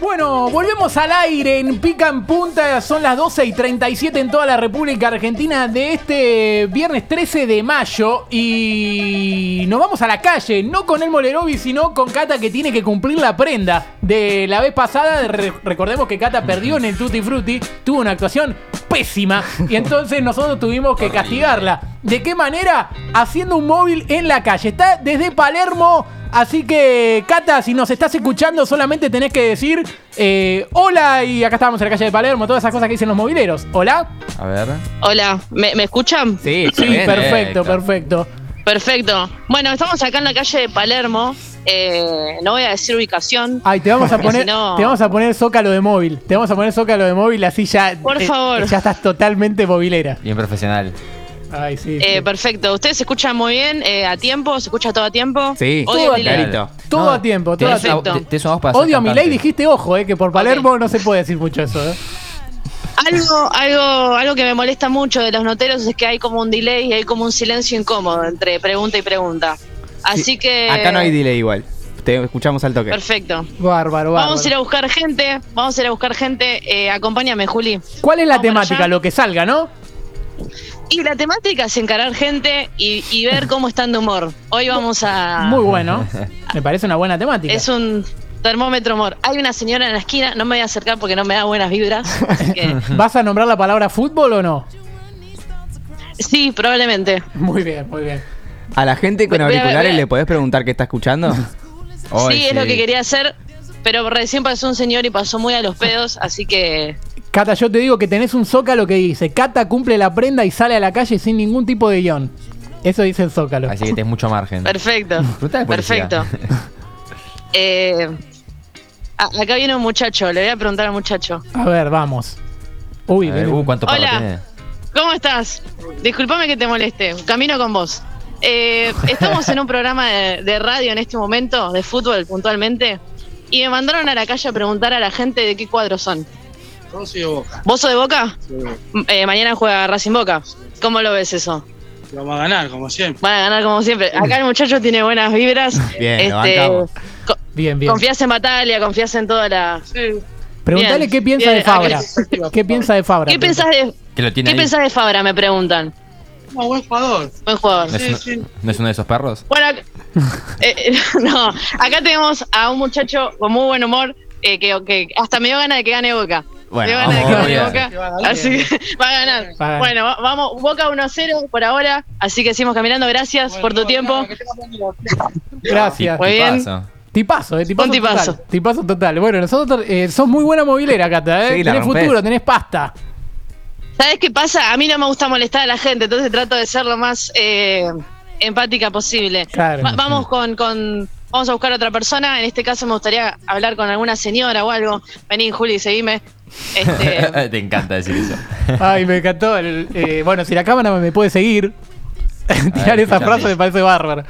Bueno, volvemos al aire en Pica en Punta. Son las 12 y 37 en toda la República Argentina de este viernes 13 de mayo. Y nos vamos a la calle, no con el Molerovi, sino con Cata que tiene que cumplir la prenda. De la vez pasada, re- recordemos que Cata perdió en el Tutti Frutti, tuvo una actuación pésima. Y entonces nosotros tuvimos que castigarla. ¿De qué manera? Haciendo un móvil en la calle. Está desde Palermo. Así que, Cata, si nos estás escuchando, solamente tenés que decir eh, hola y acá estábamos en la calle de Palermo, todas esas cosas que dicen los mobileros. Hola. A ver. Hola, ¿me, me escuchan? Sí, eh, Sí, perfecto, perfecto. Perfecto. Bueno, estamos acá en la calle de Palermo. Eh, no voy a decir ubicación. Ay, te vamos a Porque poner, si no- te vamos a poner zócalo de móvil. Te vamos a poner zócalo de móvil así ya. eh, Por favor. Ya estás totalmente movilera. Bien profesional. Ay, sí. Eh, sí. perfecto. Ustedes se escuchan muy bien, eh, a tiempo, se escucha todo a tiempo. Sí. Odio Todo a Milei. Clarito. Todo a tiempo, todo te- a tiempo. te- te sumamos para ser Odio a mi ley, cantante. dijiste ojo, eh, que por Palermo no se puede decir mucho eso. eh. Algo, algo, algo que me molesta mucho de los noteros es que hay como un delay y hay como un silencio incómodo entre pregunta y pregunta. Así Sí, que. Acá no hay delay igual. Te escuchamos al toque. Perfecto. Bárbaro, bárbaro. Vamos a ir a buscar gente, vamos a ir a buscar gente. Eh, acompáñame, Juli. ¿Cuál es la Vamos para temática? allá. Lo que salga, ¿no? Y la temática es encarar gente y, y ver cómo están de humor. Hoy vamos a. Muy bueno. Me parece una buena temática. Ah. Es un termómetro humor. Hay una señora en la esquina, no me voy a acercar porque no me da buenas vibras. así que- ¿Vas a nombrar la palabra fútbol o no? sí, probablemente. Muy bien, muy bien. A la gente con Voy a ver, auriculares voy a- le podés preguntar qué está escuchando. Oh, Ay, sí, es lo que quería hacer, pero recién pasó un señor y pasó muy a los pedos, así que Cata, yo te digo que tenés un zócalo que dice, Cata cumple la prenda y sale a la calle sin ningún tipo de guión. Eso dice el zócalo. Así que tenés mucho margen. perfecto. Preguntale al policía. Perfecto. Eh, a- acá viene un muchacho, le voy a preguntar al muchacho. A ver, vamos. Uy, A ver, viene- uh, ¿cuánto Hola. perro tiene? ¿Cómo estás? Disculpame que te moleste, camino con vos. Eh, estamos en un programa de, de radio en este momento, de fútbol puntualmente, y me mandaron a la calle a preguntar a la gente de qué cuadros son. Yo soy de Boca. ¿Vos sos de Boca? soy de Boca. M- eh, mañana juega Racing Boca. ¿Cómo lo ves eso? Vamos a ganar, como siempre. Van a ganar como siempre. Acá el muchacho tiene buenas vibras. Bien, lo bancamos. co- bien, bien. confías en Batalla, confías en toda la... Sí. Preguntale bien, qué piensa bien, ah, de Fabra. acá- ¿Qué piensa de Fabra? ¿Qué pensás de, Que lo tiene ¿qué ahí. pensás de Fabra? Me preguntan. No, buen jugador. Buen jugador. ¿No es, Sí, uno, sí. no es uno de esos perros? Bueno, ac- eh, eh, no, acá tenemos a un muchacho con muy buen humor eh, que, que hasta me dio ganas de que gane Boca. Bueno, me dio ganas de vamos, que gane bien. Boca, Que va a ganar. así que va a ganar. Va a ganar. Bueno, va- vamos, Boca 1-0 por ahora, así que seguimos caminando. Gracias por tu tiempo. Gracias. Muy bien. Tipazo. Tipazo, eh, tipazo. Un tipazo. Total, tipazo total. Bueno, nosotros eh, sos muy buena movilera, Cata, eh. Sí, la tenés rompés. futuro, tenés pasta. ¿Sabes qué pasa? A mí no me gusta molestar a la gente, entonces trato de ser lo más eh, empática posible. Claro. Va- vamos con, con- Vamos a buscar otra persona. En este caso me gustaría hablar con alguna señora o algo. Vení, Juli, seguime. Este, Te encanta decir eso. Ay, me encantó. el- eh, bueno, si la cámara me puede seguir, tirar esa escuchame. frase me parece bárbaro.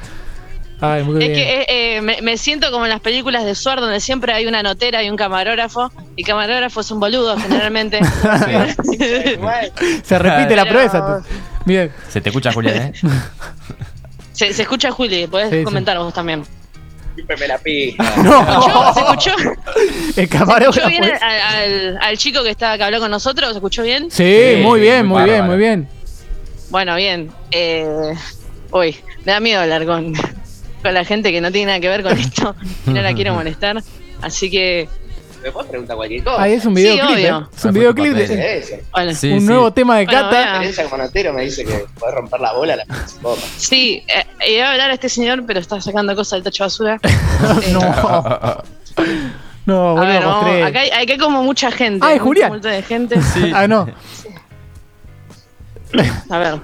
Ay, muy bien. Es que eh, eh, me, me siento como en las películas de Suar, donde siempre hay una notera y un camarógrafo. Y camarógrafo es un boludo, generalmente. Se repite la Pero- proeza. tú. Bien. Se te escucha, Julián, ¿eh? se, se escucha Juli, podés Sí, sí. comentar vos también. la pista. No, Yo- ¿Se escuchó, el ¿se camarógrafo. escuchó bien es- al, al- al chico que estaba que habló con nosotros? ¿Se escuchó bien? Sí, Sí, muy bien, muy muy bien, bárbaro. muy bien. Bueno, bien. Eh, uy, me da miedo hablar con, con la gente que no tiene nada que ver con esto. y No la quiero molestar. Así que, Me puedes preguntar cualquier cosa. Ahí es un Oh, Sí, videoclip. eh. Es obvio. un Ah, fue videoclip. tu papel, de- Esa bueno. Sí, un sí. nuevo tema de Bueno, Cata. vea. experiencia con Otero me dice que podés romper la bola a la copa. Sí, eh, iba a hablar a este señor, pero está sacando cosas del tacho de basura. Eh, Oh, no. No, A ver, boludo, vamos, mostré. acá hay, acá hay como mucha gente. Ah, es un Julián. tumulto de gente. Ah, no. A ver,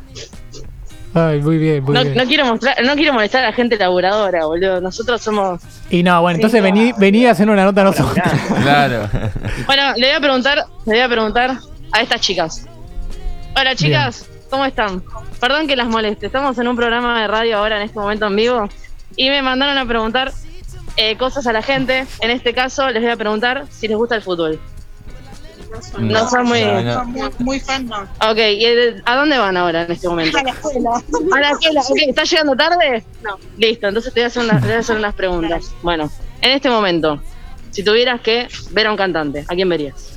Ay, muy bien, muy no, bien. no quiero mostrar, no quiero molestar a la gente laburadora, boludo. Nosotros somos. y no, bueno, Sí, entonces no. vení, vení a hacer una nota a nosotros. Claro. Bueno, le voy a preguntar, le voy a preguntar a estas chicas. Hola, chicas, ¿cómo están? Perdón que las moleste. Estamos en un programa de radio ahora en este momento en vivo y me mandaron a preguntar eh, cosas a la gente. En este caso, les voy a preguntar si les gusta el fútbol. No son muy. No, no. Muy, muy fan, no. A Ok, ¿y el- a dónde van ahora en este momento? la escuela. A la escuela, ok, ¿estás llegando tarde? No. Listo, entonces te voy a hacer, una- te voy a hacer unas preguntas. Bueno, en este momento, Si tuvieras que ver a un cantante, ¿a quién verías?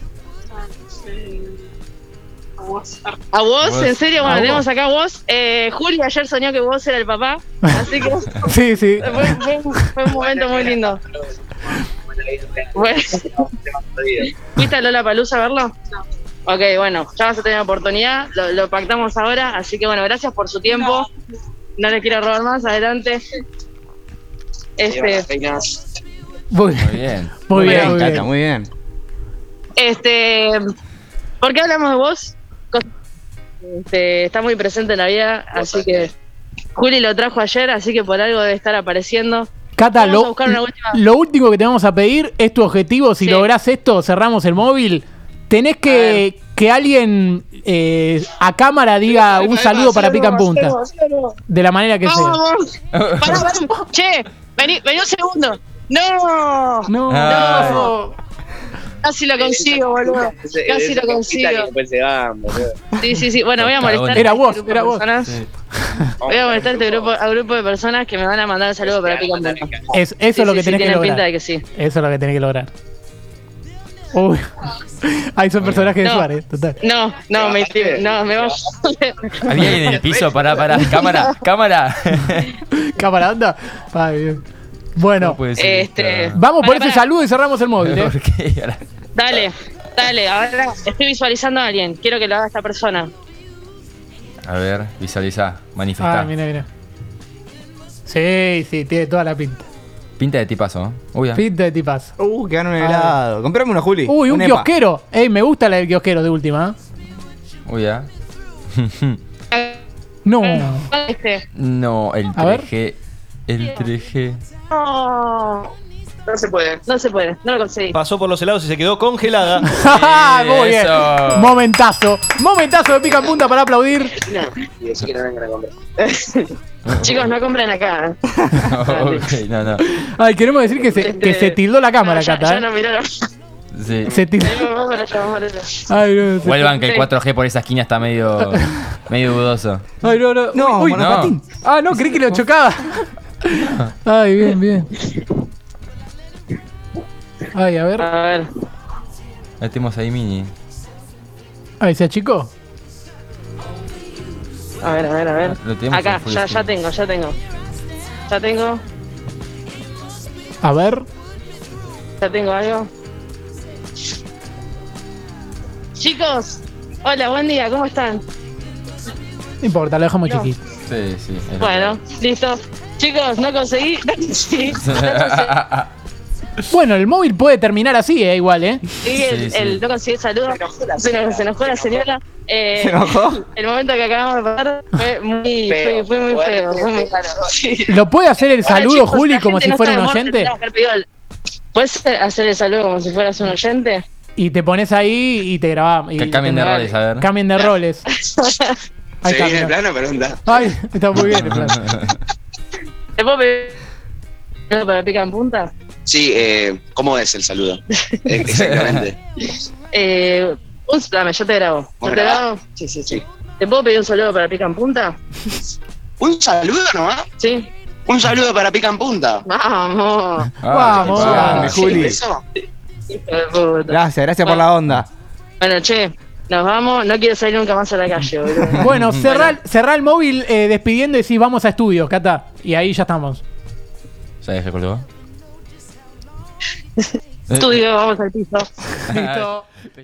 ¿A vos? Woz. ¿En serio? Bueno, A tenemos Woz. acá a vos. Eh, Juli ayer soñó que vos era el papá, así que fue, Sí, sí. fue un- fue un momento muy lindo. Bueno. ¿Fuiste a Lola Palusa a verlo? Ok, bueno, ya vas a tener oportunidad, lo, lo pactamos ahora, así que bueno, gracias por su tiempo. No le quiero robar más, adelante. Este, Muy bien. Muy bien. Muy Me bien, muy encanta, bien. muy bien. este, ¿por qué hablamos de vos? Cos- Este, está muy presente en la vida, así que Juli lo trajo ayer, así que por algo debe estar apareciendo. Cata, Vamos a lo, buscar una última. lo último que te vamos a pedir es tu objetivo. Si Sí. lográs esto, cerramos el móvil. Tenés que, que alguien eh, a cámara diga un saludo para Pica en Punta. De la manera que sea. ¡Vamos! Pará, pará. Che, vení, vení un segundo. ¡No! No, Ay. no. Casi lo consigo, boludo. Casi lo consigo. Después se van, boludo. Sí, sí, sí. Bueno, voy a Cagón. molestar. Era a vos, este grupo era de vos. personas. Sí. Voy a molestar a este grupo, a grupo de personas que me van a mandar un saludo para Pica en Punta. Es- eso Sí, es lo sí, que sí, tenés que tienen pinta lograr. de que sí. Eso es lo que tenés que lograr. Uy. Ahí son personajes de No. Suárez, total. No, no, me, no, me va. Había alguien en el piso, pará, pará. Cámara, cámara. Cámara, anda. Ay, bien. Bueno, No puede ser Este, esto. vamos por Pará, ese pará. saludo y cerramos el móvil. ¿eh? ¿Por qué? Ahora- Dale, dale. Ahora estoy visualizando a alguien. Quiero que lo haga esta persona. A ver, visualiza, Ah, manifestá. mira, mira. Sí, sí, tiene toda la pinta. Pinta de tipazo, ¿no? Uy, ah. Pinta de tipazo. Uh, quedaron Ah. helado. Comprame uno, Juli. Uy, un epa. kiosquero. Ey, me gusta la del kiosquero de última. ¿eh? uy, ah. No. Este. No, el A ver. 3G. El 3G. No, No se puede. no se puede, no lo conseguí. Pasó por los helados y se quedó congelada. Muy bien. Eso. Momentazo. Momentazo de pica en punta para aplaudir. No. Y decir que no vengan a comprar. Chicos, no compren acá. ¿eh? ok, no, no. Ay, queremos decir que se, Este, que se tildó la cámara, No, ya, Cata. ya ¿eh? no miraron. Sí. Se tildó. Vamos para allá, vamos para allá. Ay, no, se- Vuelvan que el 4G por esa esquina está medio, medio dudoso. Ay, no, no. No, Uy, monopatín. Ah, no, creí que lo chocaba. Ay, bien, bien. Ay, a ver. A ver. Ahí Este tenemos ahí mini. Ay, se achicó. A ver, a ver, a ver. Lo tenemos Acá, en full ya, ya screen. tengo, ya tengo. Ya tengo, A ver. ya tengo algo. Chicos, hola, buen día, ¿cómo están? No importa, lo dejamos No. chiquito. Sí, sí. es lo Bueno, listo. Chicos, no conseguí. No conseguí. que- Bueno, el móvil puede terminar así, eh, igual, ¿eh? Y el, sí. el no conseguí el saludo. Se enojó, se enojó la señora. Eh, ¿Se enojó? el momento que acabamos de pasar fue muy fue, Feo. fue muy Fuerte, feo. Fue muy feo. caro. Sí. ¿Lo puede hacer el Hola, saludo, chicos, Juli, la como gente si no fuera está un de humor, oyente? tendrás que haber pedido el- ¿Puedes hacer el saludo como si fueras un oyente? Y te pones ahí y te grabamos. y que cambien te- de roles, a ver. Cambien de roles. Ahí Se viene el está. plano, pero anda. Ay, está muy bien el plan. ¿Te puedo pedir algo para pica en punta? Sí, eh, ¿cómo es el saludo? Eh, Exactamente. Eh, un, dame, yo te grabo. ¿Yo ¿Vos te grabás? grabo? Sí, sí, Sí. sí. ¿Te puedo pedir un saludo para pica en punta? ¿Un saludo nomás? Sí. Un saludo para Pica en Punta. Vamos. Vamos. Ah, Grande, Ah, Sí, Juli. eso. hijo de puta. Gracias, gracias por la onda. Bueno, che, nos vamos. No quiero salir nunca más a la calle, boludo. Bueno, cerrá, cerrá el móvil eh, despidiendo y decís, vamos a estudios, Cata. Y ahí ya estamos. ¿Ya dejé colgó? Estudio, vamos al piso. Listo.